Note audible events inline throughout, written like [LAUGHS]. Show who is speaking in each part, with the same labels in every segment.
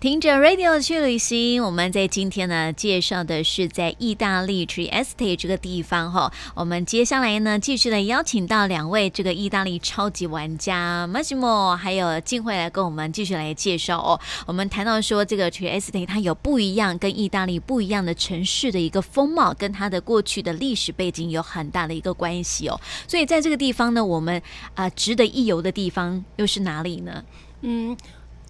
Speaker 1: 听着 Radio 去旅行，我们在今天呢介绍的是在意大利 Trieste 这个地方哈、我们接下来呢继续的邀请到两位这个意大利超级玩家 Massimo 还有静慧来跟我们继续来介绍哦。我们谈到说这个 Trieste 它有不一样跟意大利不一样的城市的一个风貌，跟它的过去的历史背景有很大的一个关系哦。所以在这个地方呢，我们啊、值得一游的地方又是哪里呢？
Speaker 2: 嗯，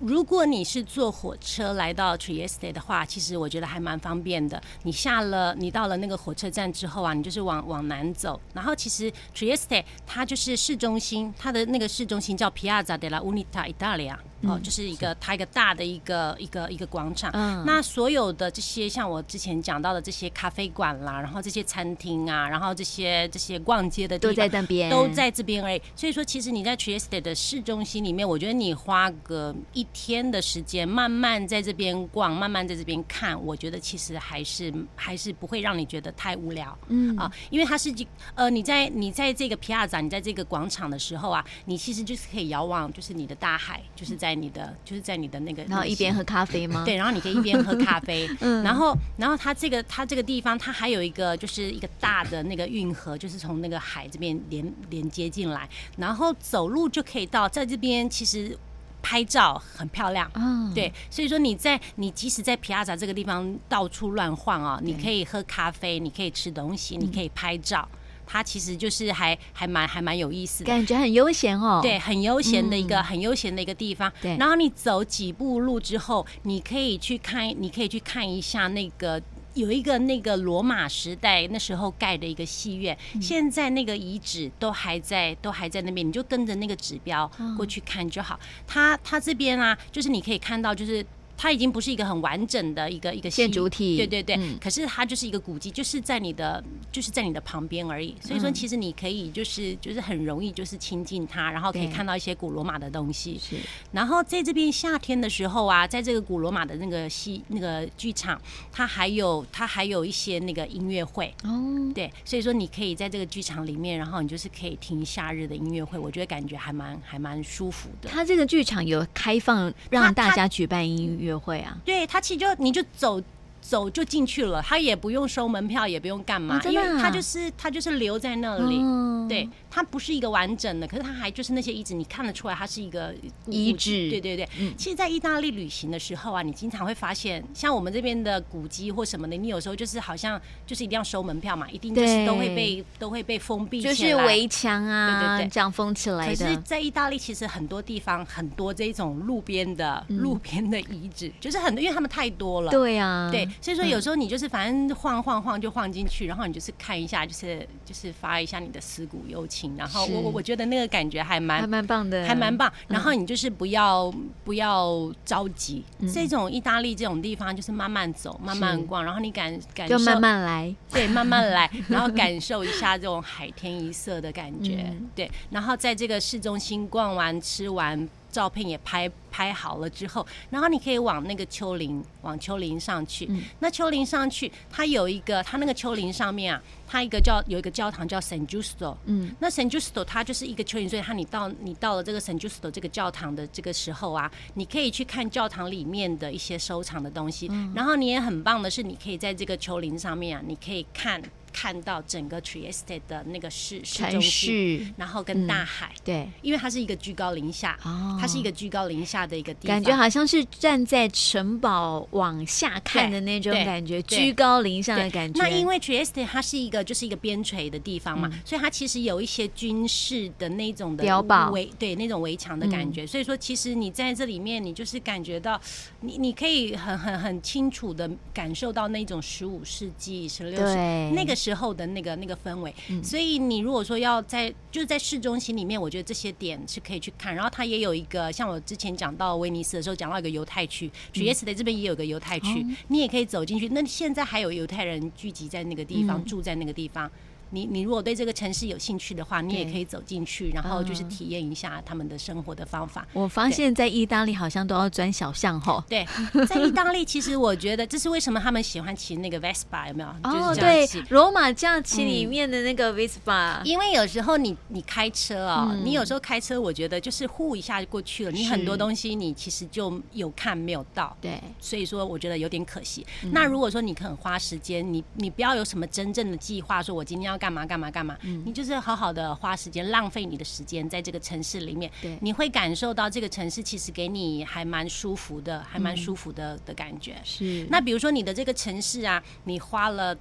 Speaker 2: 如果你是坐火车来到 Trieste 的话，其实我觉得还蛮方便的。你下了，你到了那个火车站之后啊，你就是往往南走，然后其实 Trieste 它就是市中心，它的那个市中心叫 Piazza della Unità Italia，、哦，就是一个它一个大的一个一个一个广场。
Speaker 1: 嗯
Speaker 2: 那所有的这些，像我之前讲到的这些咖啡馆啦，然后这些餐厅啊，然后这些这些逛街的地
Speaker 1: 都
Speaker 2: 方，
Speaker 1: 在那边，
Speaker 2: 都在这边而已。所以说，其实你在 Trieste 的市中心里面，我觉得你花个一天的时间，慢慢在这边逛，慢慢在这边看，我觉得其实还是还是不会让你觉得太无聊。
Speaker 1: 嗯
Speaker 2: 啊，因为它是一呃，你在你在这个皮亚展，你在这个广场的时候啊，你其实就是可以遥望，就是你的大海，就是在你的就是在你的那个，
Speaker 1: 然后一边
Speaker 2: 喝。
Speaker 1: 喝咖啡吗？
Speaker 2: 对，然后你可以一边喝咖啡，然后然后它这个它这个地方它还有一个就是一个大的那个运河，就是从那个海这边连连接进来，然后走路就可以到，在这边其实拍照很漂亮。
Speaker 1: 啊，
Speaker 2: 对，所以说你在你即使在皮亚扎这个地方到处乱晃啊，你可以喝咖啡，你可以吃东西，你可以拍照，它其实就是还还蛮还蛮有意思的。
Speaker 1: 感觉很悠闲哦。嗯
Speaker 2: 对，，很悠闲的一个、很悠闲的一个地方。
Speaker 1: 对
Speaker 2: 然后你走几步路之后，你可以去看，你可以去看一下那个。有一个那个罗马时代那时候盖的一个戏院，
Speaker 1: 嗯
Speaker 2: 现在那个遗址都还在，都还在那边，你就跟着那个指标
Speaker 1: 哦
Speaker 2: 过去看就好。它它这边啊，就是你可以看到，就是它已经不是一个很完整的一个一个戏
Speaker 1: 建筑体
Speaker 2: 对对对。
Speaker 1: 嗯
Speaker 2: 可是它就是一个古迹，就是在你的就是在你的旁边而已。所以说，
Speaker 1: 嗯
Speaker 2: 其实你可以就是就是很容易就是亲近它，然后可以
Speaker 1: 对
Speaker 2: 看到一些古罗马的东西。
Speaker 1: 是
Speaker 2: 然后在这边夏天的时候啊，在这个古罗马的那个戏那个剧场，它还有它还有一些那个音乐会。
Speaker 1: 哦。
Speaker 2: 对，所以说你可以在这个剧场里面，然后你就是可以听夏日的音乐会，我觉得感觉还蛮还蛮舒服的。
Speaker 1: 他这个剧场有开放让大家举办音乐会啊，
Speaker 2: 对他其实就你就走走就进去了，他也不用收门票，也不用干嘛，
Speaker 1: 哦真
Speaker 2: 因
Speaker 1: 的
Speaker 2: 为
Speaker 1: 啊
Speaker 2: 他就是他就是留在那里。
Speaker 1: 哦
Speaker 2: 对，它不是一个完整的，可是它还就是那些遗址，你看得出来它是一个古
Speaker 1: 遗
Speaker 2: 古
Speaker 1: 址
Speaker 2: 对对对，
Speaker 1: 嗯
Speaker 2: 其实，在意大利旅行的时候啊，你经常会发现，像我们这边的古迹或什么的，你有时候就是好像就是一定要收门票嘛，一定就是
Speaker 1: 对
Speaker 2: 都会被都会被封闭起
Speaker 1: 就
Speaker 2: 来，
Speaker 1: 是围墙啊，
Speaker 2: 对对对
Speaker 1: 这样封起来
Speaker 2: 可是，
Speaker 1: 的。
Speaker 2: 在意大利其实很多地方很多这种路边的、
Speaker 1: 嗯
Speaker 2: 路边的遗址，就是很多，因为他们太多了。
Speaker 1: 对啊，
Speaker 2: 对，所以说有时候你就是反正晃晃晃就晃进去，然后你就是看一下，就是就是发一下你的思古幽情，然后
Speaker 1: 是
Speaker 2: 我我我觉得那个感觉还
Speaker 1: 还嗯
Speaker 2: 蛮
Speaker 1: 蛮棒的，
Speaker 2: 还蛮棒。然后你就是不要不要着急，
Speaker 1: 嗯
Speaker 2: 这种意大利这种地方就是慢慢走，慢慢逛，然后你感感受
Speaker 1: 就慢慢来。
Speaker 2: 对，慢慢来，然后感受一下这种海天一色的感觉。对，然后在这个市中心逛完、吃完，照片也拍拍好了之后，然后你可以往那个丘陵，往丘陵上去。那丘陵上去，它有一个，它那个丘陵上面啊，它一个叫有一个教堂叫 San Justo。
Speaker 1: 嗯，
Speaker 2: 那 San Justo 它就是一个丘陵，所以它你到你到了这个 San Justo 这个教堂的这个时候啊，你可以去看教堂里面的一些收藏的东西。
Speaker 1: 嗯
Speaker 2: 然后你也很棒的是，你可以在这个丘陵上面啊，你可以看看到整个 Trieste 的那个市市
Speaker 1: 城
Speaker 2: 中心，
Speaker 1: 市
Speaker 2: 然后跟大海，
Speaker 1: 对，
Speaker 2: 因为它是一个居高临下，
Speaker 1: 哦
Speaker 2: 它是一个居高临下的一个地方，
Speaker 1: 感觉好像是站在城堡往下看的那种
Speaker 2: 对
Speaker 1: 感觉，
Speaker 2: 对
Speaker 1: 居高临下
Speaker 2: 对，
Speaker 1: 的感觉。嗯
Speaker 2: 那因为 Trieste 它是一个就是一个边陲的地方嘛，所以它其实有一些军事的那种的
Speaker 1: 碉堡嗯
Speaker 2: 围，对那种围墙的感觉。所以说，其实你在这里面，你就是感觉到，你你可以很很很清楚的感受到那种十五世纪、十六世
Speaker 1: 对
Speaker 2: 那个时候的那个那个氛围。
Speaker 1: 嗯
Speaker 2: 所以你如果说要在就是在市中心里面，我觉得这些点是可以去看。然后它也有一个像我之前讲到威尼斯的时候，讲到一个犹太
Speaker 1: 嗯
Speaker 2: 区，Trieste 这边也有个犹太
Speaker 1: 哦嗯
Speaker 2: 区，你也可以走进去。那现在还有犹太人聚集在那个地方，住在那个地方。你你如果对这个城市有兴趣的话，你也
Speaker 1: 对
Speaker 2: 可以走进去，然后就是
Speaker 1: 嗯
Speaker 2: 体验一下他们的生活的方法。
Speaker 1: 我发现，在意大利好像都要钻小巷吼。
Speaker 2: 对，在意大利，其实我觉得这是为什么他们喜欢骑那个 Vespa，有没有？
Speaker 1: [LAUGHS] 哦，
Speaker 2: 就是这样
Speaker 1: 对
Speaker 2: 骑。，
Speaker 1: 罗马假期里面的那个 Vespa，
Speaker 2: 因为有时候你你开车哦，你有时候开车，我觉得就是呼一下就过去了，你
Speaker 1: 嗯是
Speaker 2: 很多东西你其实就有看没有到。
Speaker 1: 对，
Speaker 2: 所以说，我觉得有点可惜。
Speaker 1: 嗯
Speaker 2: 那如果说你肯花时间，你你不要有什么真正的计划，说我今天要干嘛干嘛干嘛，
Speaker 1: 嗯
Speaker 2: 你就是好好的花时间，浪费你的时间在这个城市里面，
Speaker 1: 对
Speaker 2: 你会感受到这个城市其实给你还蛮舒服的，还蛮舒服的、的感觉。
Speaker 1: 是
Speaker 2: 那比如说你的这个城市啊，你花了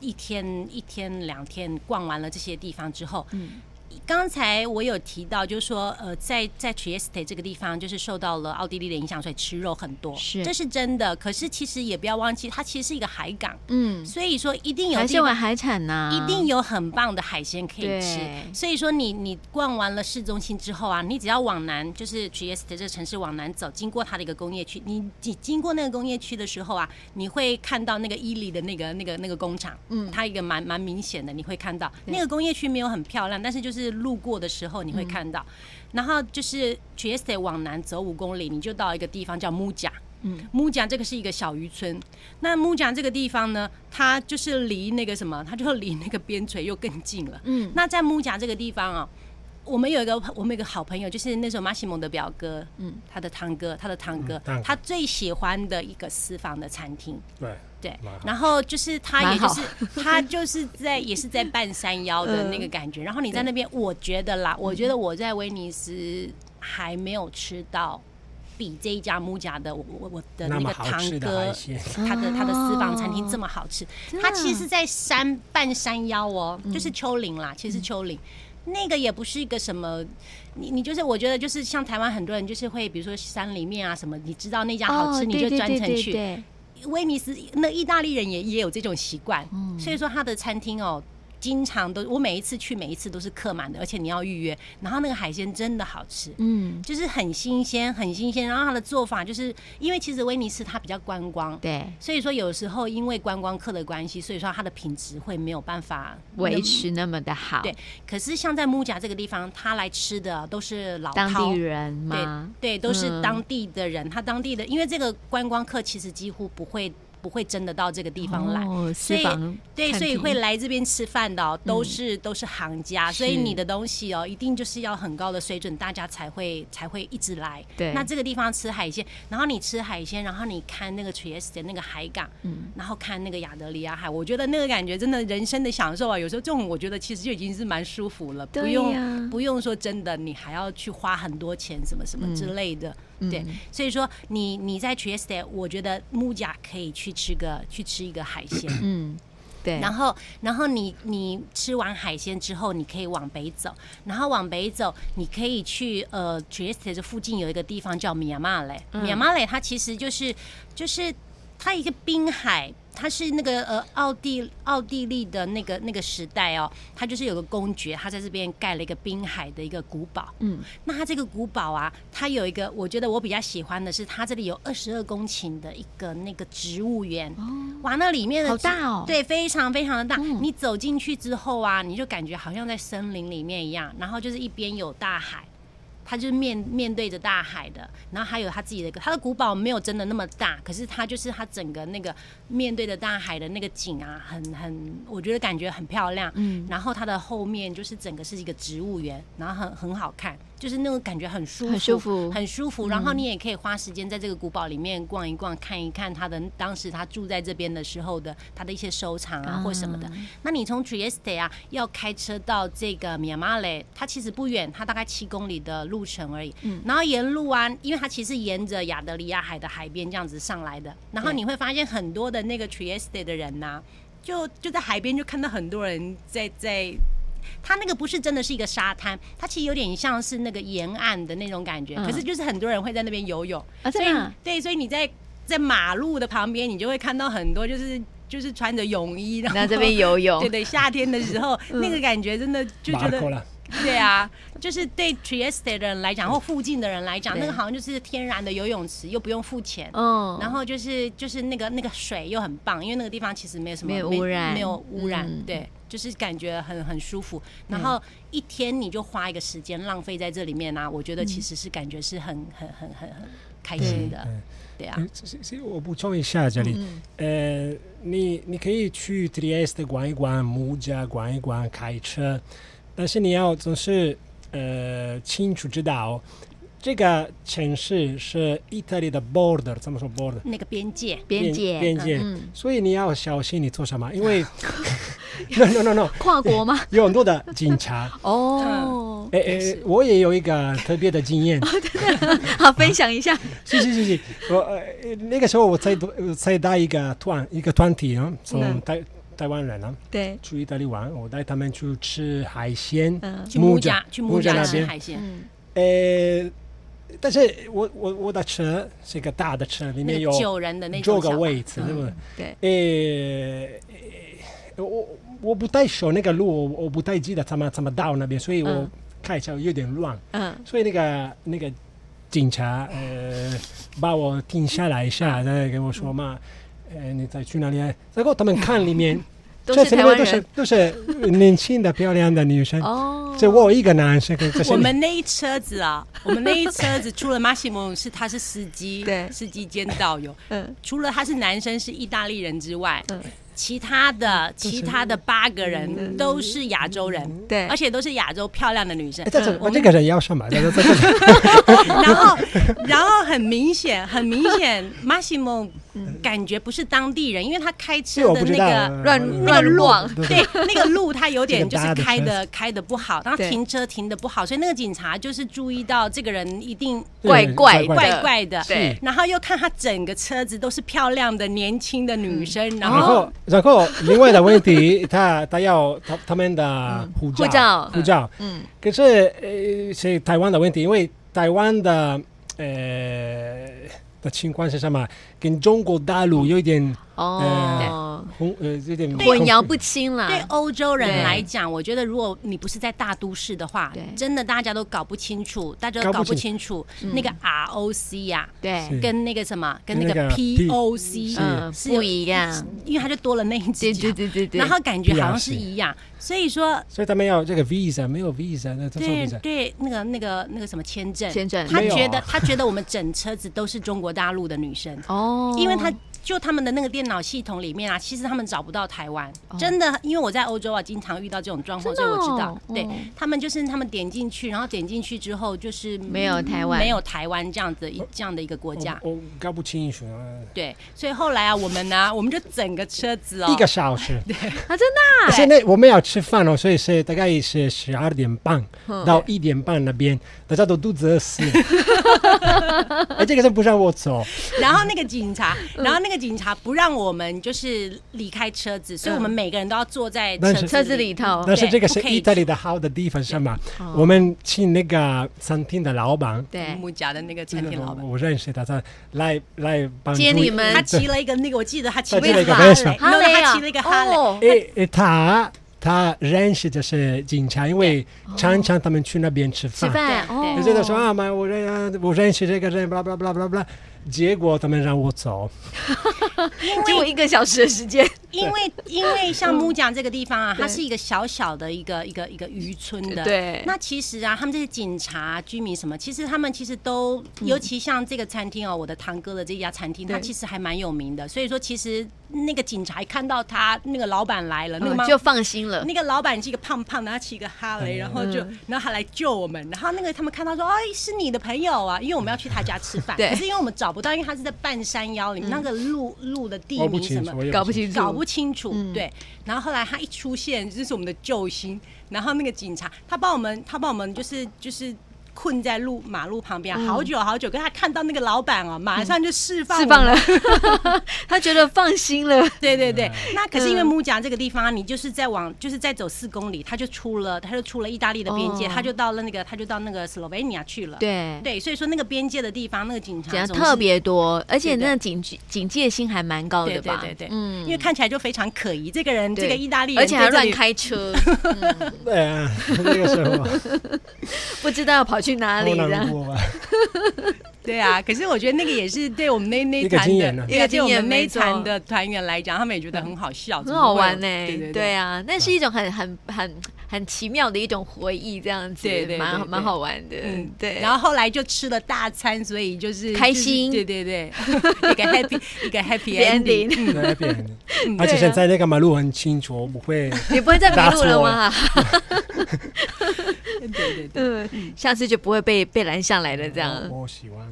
Speaker 2: 一天、一天、两天逛完了这些地方之后，
Speaker 1: 嗯
Speaker 2: 刚才我有提到，就是说，呃，在在 Trieste 这个地方，就是受到了奥地利的影响，所以吃肉很多，
Speaker 1: 是
Speaker 2: 这是真的。可是其实也不要忘记，它其实是一个海港，
Speaker 1: 嗯，
Speaker 2: 所以说一定有
Speaker 1: 还
Speaker 2: 地
Speaker 1: 是玩
Speaker 2: 方。
Speaker 1: 海啊产呐，
Speaker 2: 一定有很棒的海鲜可以吃
Speaker 1: 对，
Speaker 2: 所以说你你逛完了市中心之后啊，你只要往南，就是 Trieste 这个城市往南走，经过它的一个工业区，你你经过那个工业区的时候啊，你会看到那个伊利的那个那个那个工厂，
Speaker 1: 嗯
Speaker 2: 它一个蛮蛮明显的，你会看到
Speaker 1: 对嗯
Speaker 2: 那个工业区没有很漂亮，但是就是路过的时候你会看到。然后就是 Trieste 往南走五公里，你就到一个地方叫木甲。
Speaker 1: 嗯，
Speaker 2: 木甲这个是一个小渔村。那木甲这个地方呢，它就是离那个什么，它就离那个边陲又更近了。
Speaker 1: 嗯，
Speaker 2: 那在木甲这个地方啊、我们有一个我们有一个好朋友，就是那时候马西蒙的表哥，
Speaker 1: 嗯
Speaker 2: 嗯，他的堂哥，他的堂哥
Speaker 3: 嗯，堂哥
Speaker 2: 他最喜欢的一个私房的餐厅，
Speaker 3: 对，
Speaker 2: 对
Speaker 3: 蛮好，
Speaker 2: 然后就是他，
Speaker 1: 蛮
Speaker 2: 也就
Speaker 1: 好
Speaker 2: 是他就是在也是在半山腰的那个感觉。然后你在那边，我觉得
Speaker 1: 嗯
Speaker 2: 啦，我觉得我在威尼斯还没有吃到比这一家木家的我我我的
Speaker 3: 那
Speaker 2: 那
Speaker 3: 么
Speaker 2: 个
Speaker 3: 好吃
Speaker 2: 堂
Speaker 3: 的海
Speaker 2: 哥。
Speaker 3: 鲜，
Speaker 2: 他的他的私房餐厅
Speaker 1: 哦
Speaker 2: 这么好吃，
Speaker 1: 真的嗯
Speaker 2: 它其实，在山半山腰哦，就是丘陵啦，其实是丘陵。那个也不是一个什么，你你就是我觉得就是像台湾很多人就是会比如说山里面啊什么，你知道那家好吃
Speaker 1: 哦
Speaker 2: 你就
Speaker 1: 对对
Speaker 2: 专程
Speaker 1: 对对
Speaker 2: 去，
Speaker 1: 对
Speaker 2: 威尼斯那意大利人也也有这种习惯，
Speaker 1: 嗯
Speaker 2: 所以说他的餐厅哦，经常都我每一次去每一次都是客满的，而且你要预约。然后那个海鲜真的好吃，
Speaker 1: 嗯，
Speaker 2: 就是很新鲜，很新鲜。然后它的做法就是因为其实威尼斯它比较观光，
Speaker 1: 对，
Speaker 2: 所以说有时候因为观光客的关系，所以说它的品质会没有办法
Speaker 1: 维
Speaker 2: 那。
Speaker 1: 持那么的好，
Speaker 2: 对，可是像在木甲这个地方，他来吃的都是老
Speaker 1: 当
Speaker 2: 饕
Speaker 1: 地人吗？
Speaker 2: 对，都
Speaker 1: 嗯
Speaker 2: 是当地的人，他当地的，因为这个观光客其实几乎不会不会真的到这个地方来。
Speaker 1: 哦，私
Speaker 2: 所以
Speaker 1: 房
Speaker 2: 对，
Speaker 1: 餐
Speaker 2: 所以
Speaker 1: 厅嗯
Speaker 2: 会来这边吃饭的、哦、都是、都是行家，所以
Speaker 1: 是
Speaker 2: 你的东西哦，一定就是要很高的水准，大家才会才会一直来。
Speaker 1: 对
Speaker 2: 那这个地方吃海鲜，然后你吃海鲜，然后你看那个 Trieste 的那个海港，
Speaker 1: 嗯
Speaker 2: 然后看那个亚得里亚海，我觉得那个感觉真的人生的享受啊！有时候这种我觉得其实就已经是蛮舒服了，不
Speaker 1: 对
Speaker 2: 用、
Speaker 1: 呀
Speaker 2: 不用说真的，你还要去花很多钱什么什么之类的。对
Speaker 1: 嗯，
Speaker 2: 所以说你你在 Trieste，我觉得木甲可以去吃个去吃一个海鲜。
Speaker 1: 嗯，对，
Speaker 2: 然后，然后你你吃完海鲜之后，你可以往北走，然后往北走，你可以去呃 Trieste 这附近有一个地方叫米亚马雷，
Speaker 1: 嗯
Speaker 2: 米亚马雷它其实就是就是它一个滨海。它是那个呃奥地奥地利的那个那个时代哦，它就是有个公爵，他在这边盖了一个滨海的一个古堡。
Speaker 1: 嗯，
Speaker 2: 那它这个古堡啊，它有一个我觉得我比较喜欢的是，它这里有二十二公顷的一个那个植物园，
Speaker 1: 哦，
Speaker 2: 哇，那里面的
Speaker 1: 好
Speaker 2: 植
Speaker 1: 大哦
Speaker 2: 对，非常非常的大。
Speaker 1: 嗯
Speaker 2: 你走进去之后啊，你就感觉好像在森林里面一样，然后就是一边有大海。它就是面面对着大海的，然后还有它自己的一个，它的古堡没有真的那么大，可是它就是它整个那个面对着大海的那个景啊，很很，我觉得感觉很漂亮。
Speaker 1: 嗯，
Speaker 2: 然后它的后面就是整个是一个植物园，然后很很好看，就是那种感觉很舒服，
Speaker 1: 很舒服
Speaker 2: 很舒
Speaker 1: 嗯
Speaker 2: 服。然后你也可以花时间在这个古堡里面逛一逛，看一看他的当时他住在这边的时候的他的一些收藏啊
Speaker 1: 啊
Speaker 2: 或什么的。那你从 Trieste 啊要开车到这个 m i a m a l 它其实不远，它大概七公里的路程而已。
Speaker 1: 嗯
Speaker 2: 然后沿路啊，因为它其实沿着亚得里亚海的海边这样子上来的，然后
Speaker 1: 对
Speaker 2: 你会发现很多的那个 Trieste 的人呐、就就在海边就看到很多人在在。它那个不是真的是一个沙滩，它其实有点像是那个沿岸的那种感觉，
Speaker 1: 嗯
Speaker 2: 可是就是很多人会在那边游泳，
Speaker 1: 啊，
Speaker 2: 所
Speaker 1: 在
Speaker 2: 以
Speaker 1: 哪？
Speaker 2: 对，所以你在在马路的旁边，你就会看到很多就是就是穿着泳衣，然后 [LAUGHS]
Speaker 1: 那这边游泳嗯
Speaker 2: 对，对，夏天的时候、那个感觉真的就觉
Speaker 3: 马
Speaker 2: 得
Speaker 3: 够了，
Speaker 2: 对啊，就是对 Trieste 的人来讲，或附近的人来讲，
Speaker 1: 对
Speaker 2: 那个好像就是天然的游泳池，又不用付钱。
Speaker 1: 嗯，
Speaker 2: 然后就是就是那个那个水又很棒，因为那个地方其实没有什么
Speaker 1: 没有污染
Speaker 2: 没有污染，
Speaker 1: 嗯
Speaker 2: 对，就是感觉很很舒服。然后一天你就花一个时间浪费在这里面啊，我觉得其实是感觉是很很很很很开心的，
Speaker 3: 嗯
Speaker 2: 对啊，
Speaker 3: 嗯是是我补充一下这里，
Speaker 1: 嗯
Speaker 3: 呃，你你可以去 Trieste 逛一逛，木家逛一逛，开车，但是你要总是呃清楚知道，这个城市是意大利的 border，怎么说 border？
Speaker 2: 那个边界
Speaker 1: 边界
Speaker 3: 边界
Speaker 1: 嗯，
Speaker 3: 所以你要小心你做什么，因
Speaker 1: [LAUGHS]
Speaker 3: 为 no no no no，
Speaker 1: 跨国
Speaker 2: [LAUGHS]
Speaker 1: 吗？
Speaker 3: 有很多的警察。
Speaker 1: [LAUGHS]
Speaker 2: 嗯
Speaker 1: 哦，
Speaker 3: 哎哎，我也有一个特别的经验，
Speaker 1: 好，分享一下。
Speaker 3: 是是是是，我呃那个时候我才我才带一个团一个团体啊，从
Speaker 1: 嗯
Speaker 3: 台台湾人啊
Speaker 1: 对，
Speaker 3: 去意大利玩，我带他们去吃海鲜，
Speaker 1: 嗯
Speaker 2: 去木
Speaker 3: 家
Speaker 2: 家去木
Speaker 3: 家
Speaker 2: 家
Speaker 3: 那
Speaker 2: 吃
Speaker 3: 边，
Speaker 2: 海鲜，
Speaker 1: 嗯，
Speaker 3: 呃，但是我我我的车是一个大的车，里
Speaker 2: 那
Speaker 3: 面有
Speaker 2: 个九人的嗯那种
Speaker 3: 九个
Speaker 2: 小吧
Speaker 3: 位置，对不对？
Speaker 1: 对，
Speaker 3: 诶、呃我我不太熟那个路，我我不太记得怎么怎么到那边，所以我
Speaker 1: 嗯
Speaker 3: 开车有点乱，
Speaker 1: 嗯，
Speaker 3: 所以那个那个警察呃把我停下来一下，然后跟我说嘛，呃你在去哪里？然后他们看里面，
Speaker 1: 都
Speaker 3: 这
Speaker 1: 是
Speaker 3: 里
Speaker 1: 台
Speaker 3: 面
Speaker 1: 湾
Speaker 3: 都是
Speaker 1: 人
Speaker 3: 都是年轻的漂亮的女 [LAUGHS] 生，
Speaker 1: 哦。
Speaker 3: 只有我一个男生，可是
Speaker 2: 我们那一车子啊，我们那一车子除了马西蒙是他是司机，
Speaker 1: 对
Speaker 2: 司机兼导游，
Speaker 1: 嗯
Speaker 2: 除了他是男生是意大利人之外，
Speaker 1: 嗯
Speaker 2: 其他的其他的八个
Speaker 1: 嗯
Speaker 2: 人都是亚洲人，
Speaker 1: 对
Speaker 2: 而且都是亚洲漂亮的女生
Speaker 3: 哎。但是
Speaker 2: 我
Speaker 3: 我
Speaker 2: 们
Speaker 3: 这个人要什么？在这里
Speaker 2: [LAUGHS] 然后，然后很明显，很明显， [LAUGHS] 马西蒙感觉不是当地人，因为他开
Speaker 3: 这
Speaker 2: 车
Speaker 3: 我
Speaker 2: 的
Speaker 3: 不知
Speaker 2: 那
Speaker 3: 道
Speaker 2: 个
Speaker 3: 啊，
Speaker 1: 乱
Speaker 3: 我
Speaker 1: 乱乱
Speaker 3: 对对
Speaker 2: 对，那个路他有点
Speaker 3: 这
Speaker 2: 就
Speaker 3: 个搭
Speaker 2: 是
Speaker 3: 的
Speaker 2: 开
Speaker 3: 车
Speaker 2: 的开的不好，然后
Speaker 1: 对
Speaker 2: 停车停的不好，所以那个警察就是注意到这个人一定
Speaker 1: 怪
Speaker 3: 对
Speaker 1: 怪
Speaker 3: 怪
Speaker 2: 怪怪的，
Speaker 1: 对
Speaker 2: 然后又看他整个车子都是漂亮的年轻的女生，然
Speaker 3: 然
Speaker 2: 后
Speaker 3: 后，然后另外的问题，他他要他他们的护照，
Speaker 1: 护照
Speaker 3: 护照。
Speaker 1: 嗯，
Speaker 3: 可是呃，是台湾的问题，因为台湾的呃的情况是什么？跟中国大陆有一点
Speaker 1: 哦，
Speaker 3: 混呃有点
Speaker 1: 混淆不清啦。
Speaker 2: 对欧洲
Speaker 1: 啊对
Speaker 2: 人来讲，我觉得如果你不是在大都市的话
Speaker 1: 对，
Speaker 2: 真的大家都搞不清楚，大家
Speaker 3: 搞
Speaker 2: 都
Speaker 3: 不
Speaker 2: 搞不
Speaker 3: 清
Speaker 2: 清楚
Speaker 1: 嗯
Speaker 2: 那个 ROC 呀、
Speaker 1: 对，
Speaker 3: 是
Speaker 2: 啊跟那个什么，跟
Speaker 3: 跟
Speaker 2: 那
Speaker 3: 那
Speaker 2: 个
Speaker 3: 个
Speaker 2: POC
Speaker 1: 嗯，
Speaker 2: 是
Speaker 1: 不一样。
Speaker 2: 因为他就多了那一只
Speaker 1: 对
Speaker 2: 脚
Speaker 1: 对，对对对。
Speaker 2: 然后感觉好像是一样，所以说
Speaker 3: 所以他们要这个 visa 没有 visa，那他说
Speaker 2: 对
Speaker 3: visa
Speaker 2: 对那个那个那个什么签证，
Speaker 1: 签证
Speaker 2: 他
Speaker 3: 没有
Speaker 2: 觉得
Speaker 3: 啊
Speaker 2: 他觉得我们整车子都是中国大陆的女生，
Speaker 1: 哦，
Speaker 2: 因为他。就他们的那个电脑系统里面啊，其实他们找不到台湾，
Speaker 1: 哦
Speaker 2: 真的，因为我在欧洲啊，经常遇到这种状况，
Speaker 1: 真
Speaker 2: 所以
Speaker 1: 的
Speaker 2: 我
Speaker 1: 哦
Speaker 2: 知道，对
Speaker 1: 哦
Speaker 2: 他们就是他们点进去，然后点进去之后就是
Speaker 1: 没有台湾
Speaker 2: 没有台湾这样子一这样的一个国家，
Speaker 3: 我我搞不清楚，呃
Speaker 2: 对，所以后来啊，我们呢、我们就整个车子哦，
Speaker 3: 一个小时。
Speaker 1: 啊，真的
Speaker 3: 可是那我们要吃饭哦，所以是大概是十二点半
Speaker 2: 哦
Speaker 1: 嗯
Speaker 3: 到一点半那边，大家都肚子饿死 [LAUGHS] 了。哎，这个是不让我走，
Speaker 2: 然后那个警察，
Speaker 1: 嗯
Speaker 2: 然后那个警察不让我们就是离开车子，所以我们每个人都要坐在
Speaker 3: 但是
Speaker 1: 嗯
Speaker 2: 车嗯
Speaker 1: 车子里。头
Speaker 3: 但是
Speaker 2: 对
Speaker 3: 这个
Speaker 2: 不
Speaker 3: 是
Speaker 2: 可以
Speaker 3: 意大利的好的地方是吗
Speaker 1: 哦？
Speaker 3: 我们请那个餐厅的老板，
Speaker 1: 对，
Speaker 2: 木甲的那个
Speaker 3: 这
Speaker 2: 餐
Speaker 3: 个
Speaker 2: 厅老
Speaker 3: 我
Speaker 2: 板，
Speaker 3: 我认识他，他来来帮助
Speaker 1: 接你们
Speaker 2: 他骑了一个那个，我记得他骑
Speaker 3: 他骑了一个
Speaker 2: 哈雷
Speaker 3: Vespa
Speaker 2: 没有
Speaker 1: 啊
Speaker 2: 他骑了一个哈雷，
Speaker 1: 哦
Speaker 3: 诶诶，他他认识这些警察，因为常常他们去那边吃
Speaker 1: 吃
Speaker 3: 饭。
Speaker 1: 饭
Speaker 2: 对
Speaker 1: 哦
Speaker 3: 你，知道说啊，妈，我认啊我认识这个人，巴拉巴拉巴拉巴拉巴拉，结果他们让我走。
Speaker 1: 结果一个小时的时间，
Speaker 2: 因为因为像木匠这个地方啊，
Speaker 1: 对
Speaker 2: 它是一个小小的一个一个一个渔村的。
Speaker 1: 对
Speaker 2: 那其实啊，他们这些警察、居民什么，其实他们其实都，尤其像这个餐厅哦，我的堂哥的这家餐厅，
Speaker 1: 嗯对
Speaker 2: 它其实还蛮有名的。所以说，其实那个警察一看到他那个老板来了，那个
Speaker 1: 嗯
Speaker 2: 妈
Speaker 1: 就放心了。
Speaker 2: 那个老板是一个胖胖的，他骑一个哈雷，然后就
Speaker 1: 嗯
Speaker 2: 然后他来救我们，然后那个他们看到说，哎，是你的朋友啊，因为我们要去他家吃饭，
Speaker 1: 对嗯
Speaker 2: 可是因为我们找不到，因为他是在半山腰里，那个路路的地
Speaker 3: 我哦不
Speaker 2: 名什
Speaker 3: 清楚，
Speaker 2: 么
Speaker 3: 我。也
Speaker 1: 搞不清楚，
Speaker 2: 搞不清楚，
Speaker 1: 嗯
Speaker 2: 对。然后后来他一出现，就是我们的救星。然后那个警察，他帮我们，他帮我们就是就是困在路马路旁边好久好久，可是他看到那个老板哦，马上就释放
Speaker 1: 嗯释
Speaker 2: 我
Speaker 1: 放
Speaker 2: 们
Speaker 1: 了， [LAUGHS] 他觉得放心了。
Speaker 2: 对对对，那可是因为
Speaker 1: 嗯
Speaker 2: 木甲这个地方，你就是在往，就是再走四公里，他就出了，他就出了意大利的边界，
Speaker 1: 哦
Speaker 2: 他就到了那个，他就到那个 Slovenia 去了。
Speaker 1: 对，
Speaker 2: 对，所以说那个边界的地方，那个警察
Speaker 1: 讲
Speaker 2: 总是
Speaker 1: 特，别多，而且
Speaker 2: 是的
Speaker 1: 那警戒警戒心还蛮高
Speaker 2: 对
Speaker 1: 的
Speaker 2: 对
Speaker 1: 吧？
Speaker 2: 对对，因
Speaker 1: 嗯，
Speaker 2: 为看起来就非常可疑，这个人，
Speaker 1: 对
Speaker 2: 这个意大利人，
Speaker 1: 而且还乱，开车，
Speaker 3: 对啊， [LAUGHS] 那个时候啊
Speaker 1: 不知道要跑去哪
Speaker 2: 哦
Speaker 1: 里
Speaker 3: 好
Speaker 1: 的
Speaker 3: 难。过啊吧？
Speaker 2: 对啊。可是我觉得那个也是对我们那那
Speaker 3: 一
Speaker 2: 一
Speaker 3: 个
Speaker 2: 团
Speaker 3: 经验
Speaker 2: 的
Speaker 3: 啊呢，
Speaker 1: 一个
Speaker 2: 对，对
Speaker 1: 经
Speaker 2: 我
Speaker 1: 验
Speaker 2: 们那
Speaker 1: 没
Speaker 2: 一
Speaker 1: 错
Speaker 2: 团的团员来讲，他们也觉得很好笑，
Speaker 1: 很好玩
Speaker 2: 呢
Speaker 1: 呢、，
Speaker 2: 对嗯
Speaker 1: 对
Speaker 2: 对。
Speaker 1: 啊，那是一种很很很很奇妙的一种回忆，这样子，
Speaker 2: 对对对
Speaker 1: 蛮
Speaker 2: 对
Speaker 1: 蛮好玩的，嗯，对。 [LAUGHS]
Speaker 2: 然后后来就吃了大餐，所以就是
Speaker 1: 开心
Speaker 2: 就是对对对，
Speaker 1: [LAUGHS]
Speaker 2: 一个 happy 一个 happy ending。
Speaker 1: ending，
Speaker 3: [LAUGHS] 那
Speaker 2: 啊
Speaker 3: 边，而且现在那个马路很清楚，我不会。
Speaker 1: 你不会再迷路了
Speaker 2: [LAUGHS]
Speaker 1: 吗？
Speaker 2: 对对对，
Speaker 1: [LAUGHS] 嗯，下次就不会被被拦下来了，这
Speaker 2: 啊哦
Speaker 1: 样。
Speaker 3: 我喜欢。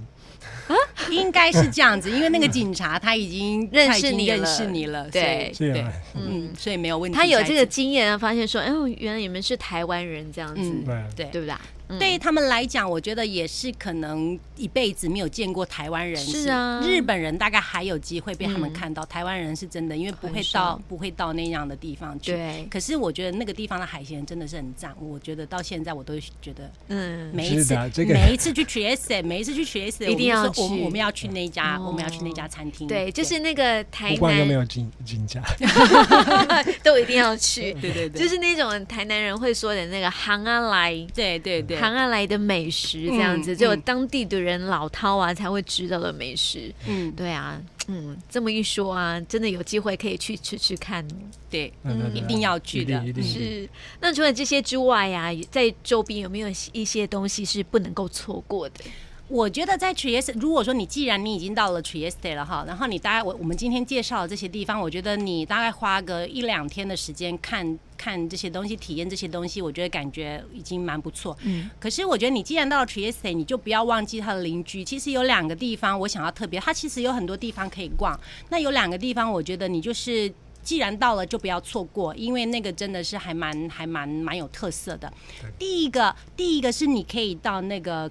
Speaker 2: 应该是这样子，因为那个警察他已经
Speaker 1: 认识
Speaker 2: 他已经
Speaker 1: 你了
Speaker 2: 认识你了，
Speaker 1: 对
Speaker 2: 所
Speaker 3: 是
Speaker 2: 以对
Speaker 3: 啊，
Speaker 2: 嗯，所以没有问题。
Speaker 1: 他有这
Speaker 2: 下
Speaker 1: 个
Speaker 2: 一次，
Speaker 1: 经验，发现说，哎呦，原来你们是台湾人这样子，
Speaker 2: 嗯
Speaker 3: 对。啊
Speaker 2: 对
Speaker 1: 对不对？嗯
Speaker 2: 对于他们来讲，我觉得也是可能一辈子没有见过台湾人，
Speaker 1: 是啊
Speaker 2: 日本人大概还有机会被他们
Speaker 1: 嗯
Speaker 2: 看到，台湾人是真的，因为不会
Speaker 1: 很少
Speaker 2: 到不会到那样的地方去。
Speaker 1: 对，
Speaker 2: 可是我觉得那个地方的海鲜真的是很赞，我觉得到现在我都觉得
Speaker 1: 嗯，
Speaker 2: 每一
Speaker 3: 是
Speaker 2: 次
Speaker 3: 的这个
Speaker 2: 每一次去 Trieste，每一次去 Trieste，
Speaker 1: 一定要
Speaker 2: 我们就说我们
Speaker 1: 去
Speaker 2: 我们要去那家，
Speaker 1: 哦
Speaker 2: 我们要去那家餐厅。
Speaker 1: 对，就是那个台
Speaker 3: 不管有没
Speaker 1: 南
Speaker 3: 有金金价，
Speaker 1: [LAUGHS] 都一定要去，
Speaker 2: 对 [LAUGHS] 对对，
Speaker 1: 就是那种台南人会说的那个行啊来。
Speaker 2: 对对对，
Speaker 1: 行啊来的美食这样子，
Speaker 2: 嗯
Speaker 1: 只有
Speaker 2: 嗯
Speaker 1: 当地的人老饕啊才会知道的美食。
Speaker 2: 嗯，
Speaker 1: 对啊，嗯，这么一说啊，真的有机会可以去吃吃看哦。
Speaker 2: 对，
Speaker 3: 嗯
Speaker 2: 一定要去的
Speaker 3: 一定一定
Speaker 1: 是，那除了这些之外呀、在周边有没有一些东西是不能够错过的？
Speaker 2: 我觉得在 Trieste，如果说你既然你已经到了 Trieste 了哈，然后你大概我我们今天介绍的这些地方，我觉得你大概花个一两天的时间看看这些东西，体验这些东西，我觉得感觉已经蛮不错。
Speaker 1: 嗯，
Speaker 2: 可是我觉得你既然到了 Trieste，你就不要忘记它的邻居。其实有两个地方我想要特别，它其实有很多地方可以逛。那有两个地方，我觉得你就是。既然到了，就不要错过，因为那个真的是还蛮、还蛮、蛮有特色的。第一个，第一个是你可以到那个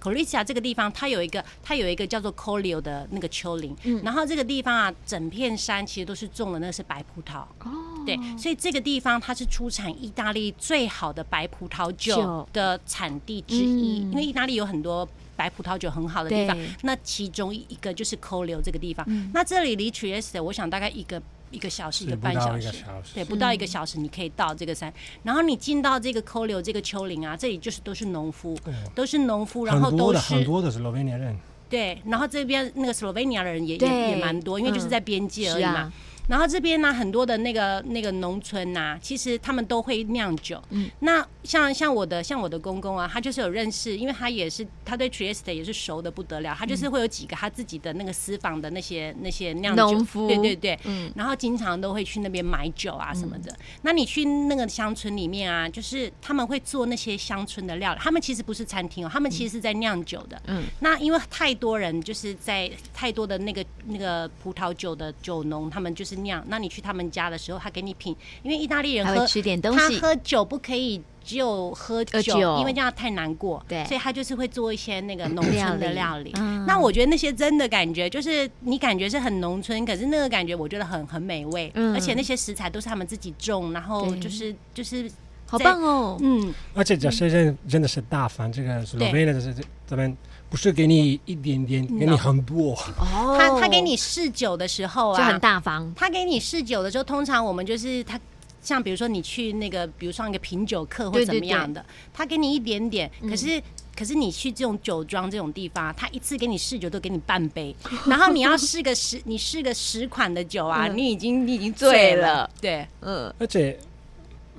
Speaker 2: Corizia，Corizia 这个地方，它有一个，它有一个叫做 Colio 的那个丘陵，然后这个地方啊，整片山其实都是种的那个是白葡萄，
Speaker 1: 哦，
Speaker 2: 对，所以这个地方它是出产意大利最好的白葡萄酒
Speaker 1: 酒
Speaker 2: 的产地之一，
Speaker 1: 嗯
Speaker 2: 因为意大利有很多。白葡萄酒很好的地方
Speaker 1: 对，嗯
Speaker 2: 那其中一个就是 c o l i o 这个地方。那这里离 Trieste 我想大概一个一个小时，一
Speaker 3: 是
Speaker 2: 个
Speaker 3: 不
Speaker 2: 半
Speaker 3: 到
Speaker 2: 小
Speaker 3: 一
Speaker 2: 时
Speaker 3: 个，小时
Speaker 2: 对，不到一个
Speaker 1: 嗯
Speaker 2: 小时你可以到这个山。然后你进到这个 c o l i o 这个丘陵啊，这里就是都是农夫，都是农夫，然后
Speaker 3: 很多
Speaker 2: 都
Speaker 3: 的
Speaker 2: 是
Speaker 3: 很多的 Slovenia 人，
Speaker 2: 对，然后这边那个 Slovenia 的人也
Speaker 1: 对
Speaker 2: 也也蛮多，因为就
Speaker 1: 嗯
Speaker 2: 是在边界而
Speaker 1: 是
Speaker 2: 已嘛。
Speaker 1: 啊，
Speaker 2: 然后这边呢，很多的那个那个农村呐、其实他们都会酿酒。
Speaker 1: 嗯，
Speaker 2: 那像像我的像我的公公啊，他就是有认识，因为他也是他对 Trieste 也是熟的不得了，他就是
Speaker 1: 嗯
Speaker 2: 会有几个他自己的那个私房的那些那些酿酒
Speaker 1: 农夫
Speaker 2: 对对对，
Speaker 1: 嗯，
Speaker 2: 然后经常都会去那边买酒啊什么的。那你去那个乡村里面啊，就是他们会做那些乡村的料理，他们其实不是餐厅哦，他们其实是在酿酒的。
Speaker 1: 嗯，
Speaker 2: 那因为太多人就是在太多的那个那个葡萄酒的酒农，他们就是酿。那你去他们家的时候，他给你品，因为意大利人
Speaker 1: 还
Speaker 2: 喝
Speaker 1: 会吃点东
Speaker 2: 他
Speaker 1: 西，
Speaker 2: 喝酒不可以只有喝酒，
Speaker 1: 喝酒
Speaker 2: 因为这样太难过。
Speaker 1: 对
Speaker 2: 所以他就是会做一些那个农村的料理。
Speaker 1: 嗯
Speaker 2: 那我觉得那些真的感觉就是你感觉是很农村，可是那个感觉我觉得很很美味，
Speaker 1: 嗯
Speaker 2: 而且那些食材都是他们自己种，然后
Speaker 1: 对
Speaker 2: 就是就是
Speaker 1: 好棒哦，
Speaker 2: 嗯，
Speaker 3: 而且这些人真的是大方，这个 Slovenia 的这这这边不是给你一点点，给
Speaker 2: 嗯
Speaker 3: 你很多，
Speaker 1: 哦，
Speaker 2: 他他给你啊试酒的时候
Speaker 1: 就很
Speaker 2: 啊，
Speaker 1: 大方，
Speaker 2: 他给你试酒的时候，通常我们就是他。像比如说你去那个，比如上一个品酒课或
Speaker 1: 对
Speaker 2: 怎
Speaker 1: 对嗯
Speaker 2: 么样的，他给你一点点，可是、可是你去这种酒庄这种地方，他一次给你试酒都给你
Speaker 1: [LAUGHS]
Speaker 2: 半杯，然后你要试个十，你试个十款的酒啊，
Speaker 1: 嗯
Speaker 2: 你已经你已经
Speaker 1: 醉
Speaker 2: 醉
Speaker 1: 了
Speaker 2: 了，对
Speaker 1: 嗯，
Speaker 3: 而且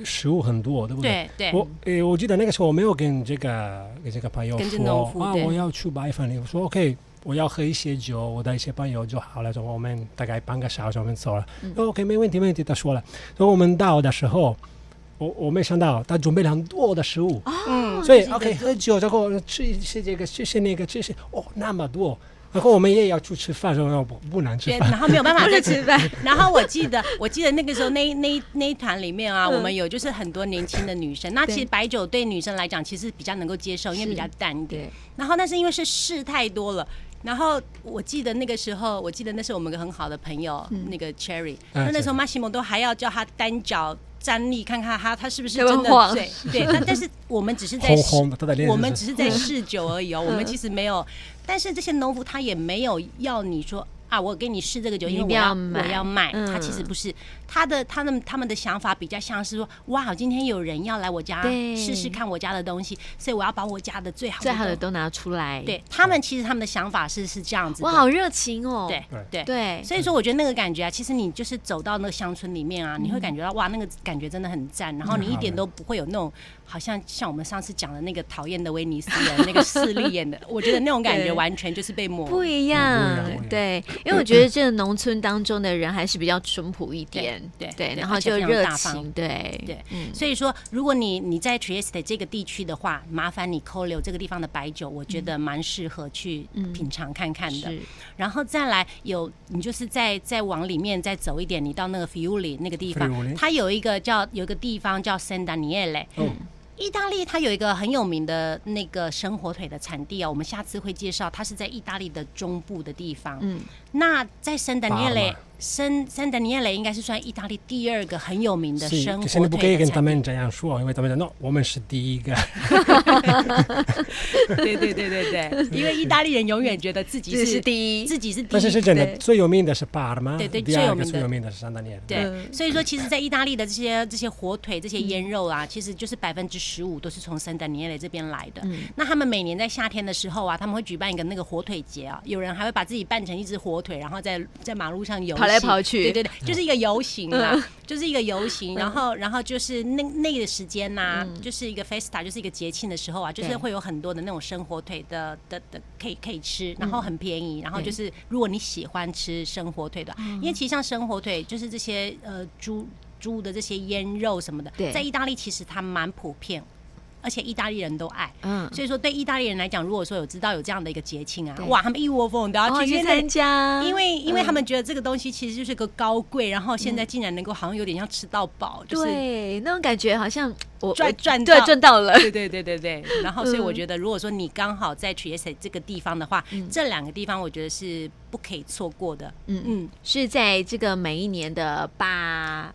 Speaker 3: 食物很多，对不对？
Speaker 2: 对对，
Speaker 3: 我诶，我记得那个时候我没有跟这个跟这个朋友
Speaker 2: 跟这
Speaker 3: 说
Speaker 2: 农夫
Speaker 3: 啊，
Speaker 2: 对
Speaker 3: 我要去拜访你，我说 OK，我要喝一些酒，我带一些朋友就好了。说我们大概半个小时我们走了，
Speaker 2: 嗯
Speaker 3: 说 OK 没问题没问题，他说了。所以我们到的时候，我我没想到他准备了很多的食物，
Speaker 2: 嗯
Speaker 3: 所以 OK 哦喝酒，然后吃一些这个，吃一些那个，吃一些哦那么多，然后我们也要去吃饭，然后不不能吃
Speaker 2: 对，
Speaker 3: 饭。
Speaker 2: 然后没有办法再
Speaker 1: 吃饭。
Speaker 2: 然后我记得，我记得那个时候那一那一那一团里面啊，我们有就是很多年轻的女生。那
Speaker 1: 对
Speaker 2: 其实白酒对女生来讲，其实比较能够接受，因为比较淡一点。
Speaker 1: 对，
Speaker 2: 然后但是因为是事太多了。然后我记得那个时候，我记得那是我们一个很好的朋友，那个 Cherry。
Speaker 3: 啊
Speaker 2: 那那
Speaker 3: ，Cherry
Speaker 2: 时候马西蒙都还要叫他单脚站立，看看他他是不是
Speaker 1: 会不会
Speaker 2: 真的
Speaker 1: 晃
Speaker 2: 醉。对，那但是我们只是在
Speaker 3: 红红的，他的脸
Speaker 2: 我们只
Speaker 3: 是
Speaker 2: 是
Speaker 1: 嗯
Speaker 2: 在试酒而已哦，我们其实没有。但是这些农夫他也没有要你说啊，我给你试这个酒，
Speaker 1: 你
Speaker 2: 因为
Speaker 1: 一
Speaker 2: 我
Speaker 1: 定要
Speaker 2: 要
Speaker 1: 买
Speaker 2: 我要卖。
Speaker 1: 嗯
Speaker 2: 他其实不是他的，他们他们的想法比较像是说，哇，今天有人要来我家
Speaker 1: 对
Speaker 2: 试试看我家的东西，所以我要把我家的最好
Speaker 1: 最好的
Speaker 2: 东
Speaker 1: 都拿出来。
Speaker 2: 西。，对他们其实他们的想法是是这样子的。
Speaker 1: 哇，好热情哦。
Speaker 2: 对对。
Speaker 1: 对，
Speaker 2: 所以说，我觉得那个感觉啊，其实你就是走到那个乡村里面啊，
Speaker 1: 嗯
Speaker 2: 你会感觉到哇，那个感觉真的很赞。然后你一点都不会有那种好像像我们上次讲的那个讨厌的威尼斯人那个势利眼的， [LAUGHS] 我觉得那种感
Speaker 1: 对
Speaker 2: 觉完全就是被抹。
Speaker 1: 不一
Speaker 3: 嗯不一
Speaker 1: 样
Speaker 3: 样不一，样
Speaker 1: 对，因为我觉得这个农村当中的人还是比较淳朴一点，
Speaker 2: 对对
Speaker 1: 对，
Speaker 2: 对
Speaker 1: 然后
Speaker 2: 而且
Speaker 1: 就
Speaker 2: 非常
Speaker 1: 热
Speaker 2: 大方
Speaker 1: 情，对
Speaker 2: 对
Speaker 1: 嗯，
Speaker 2: 所以说，如果你你在 Trieste 这个地区的话，麻烦你扣留这个地方的白酒，我觉得蛮适合去
Speaker 1: 嗯
Speaker 2: 品尝看看的。
Speaker 1: 是
Speaker 2: 然后再来有你就是再再往里面再走一点，你到那个 Fiuli 那个地方
Speaker 3: Friuli，
Speaker 2: 它有一个叫有一个地方叫 San Daniele，、
Speaker 3: 哦
Speaker 2: 意大利它有一个很有名的那个生火腿的产地啊，我们下次会介绍，它是在意大利的中部的地方。
Speaker 1: 嗯，
Speaker 2: 那在 San Daniele
Speaker 3: 巴。
Speaker 2: 圣圣丹尼耶雷应该是算意大利第二个很有名的
Speaker 3: 是
Speaker 2: 生，
Speaker 3: 可是你
Speaker 2: 火
Speaker 3: 不可以
Speaker 2: 腿的
Speaker 3: 跟他 [LAUGHS]
Speaker 2: 产地。
Speaker 3: 们这样说，因为他们讲 no，我们是第一个。
Speaker 2: 对对对对对， [LAUGHS] 因为意大利人永远觉得自己
Speaker 1: 这是
Speaker 2: 是
Speaker 1: 第一，
Speaker 2: 自己是第
Speaker 3: 但是
Speaker 2: 一
Speaker 3: 是真
Speaker 1: 对
Speaker 3: 的，最有名的是巴尔马，
Speaker 2: 对对
Speaker 3: 第二个
Speaker 2: 最
Speaker 3: 最
Speaker 2: 有
Speaker 3: 有名的是圣丹尼尔。
Speaker 2: 对
Speaker 1: 嗯，
Speaker 2: 所以说其实，在意大利的这些这些火腿、这些腌肉啊，其实就是百分之十五都是从圣丹尼耶雷这边来的。
Speaker 1: 嗯
Speaker 2: 那他们每年在夏天的时候啊，他们会举办一个那个火腿节啊，有人还会把自己扮成一只火腿，然后在在马路上游行
Speaker 1: 跑来跑去
Speaker 2: 对对对，就是一个游行啦，
Speaker 1: 嗯
Speaker 2: [LAUGHS] 就是一个游行。然后然后就是那那个时间呐，就是一个 festa，就是一个节庆的时候啊，就
Speaker 1: 嗯
Speaker 2: 是
Speaker 1: 对
Speaker 2: 会有很多的那种生火腿的的的可以可以吃，然
Speaker 1: 嗯
Speaker 2: 后很便宜，然后就是。就是如果你喜欢吃生火腿的，
Speaker 1: 嗯
Speaker 2: 因为其实像生火腿就是这些呃猪猪的这些腌肉什么的
Speaker 1: 对，
Speaker 2: 在意大利其实它蛮普遍，而且意大利人都爱。
Speaker 1: 嗯，
Speaker 2: 所以说，对意大利人来讲，如果说有知道有这样的一个节庆啊
Speaker 1: 对，
Speaker 2: 哇，他们一窝蜂都要
Speaker 1: 然后
Speaker 2: 啊去，
Speaker 1: 去
Speaker 2: 因为
Speaker 1: 参
Speaker 2: 那
Speaker 1: 加，
Speaker 2: 因为因为
Speaker 1: 嗯
Speaker 2: 他们觉得这个东西其实就是个高贵，然后现在竟然能够好像有点像吃到饱，就是
Speaker 1: 对那种感觉好像我
Speaker 2: 赚
Speaker 1: 我
Speaker 2: 赚
Speaker 1: 对
Speaker 2: 到
Speaker 1: 赚到了， [LAUGHS]
Speaker 2: 对对对对对。然后，所以我
Speaker 1: 嗯
Speaker 2: 觉得，如果说你刚好在 Trieste 这个地方的话，这两个地方我觉得是不可以错过的。
Speaker 1: 嗯
Speaker 2: 嗯，
Speaker 1: 是在这个每一年的八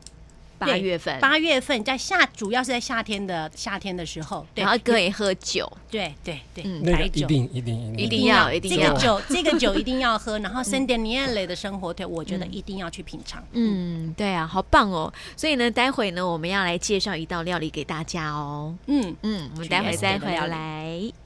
Speaker 1: 八
Speaker 2: 对
Speaker 1: 月份，
Speaker 2: 八月份在夏，主要是在夏天的夏天的时候，对
Speaker 1: 然后可以喝酒，
Speaker 2: 对对对，
Speaker 1: 嗯
Speaker 3: 那个
Speaker 2: 白
Speaker 3: 一
Speaker 2: 酒。
Speaker 3: 定一定
Speaker 1: 一定
Speaker 3: 一定。
Speaker 1: 要一定
Speaker 2: 这
Speaker 1: 要
Speaker 2: 个酒，这个酒一定要喝。然
Speaker 1: [LAUGHS]
Speaker 2: 后圣典尼 l e 的生火腿，我觉得一定要去品尝。
Speaker 1: 嗯，对啊，好棒哦！所以呢，待会呢，我们要来介绍一道料理给大家哦。
Speaker 2: 嗯，
Speaker 1: 嗯，我们
Speaker 2: 去
Speaker 1: 待会
Speaker 2: Esther
Speaker 1: 再
Speaker 2: 的
Speaker 1: 回
Speaker 2: 料理
Speaker 1: 来。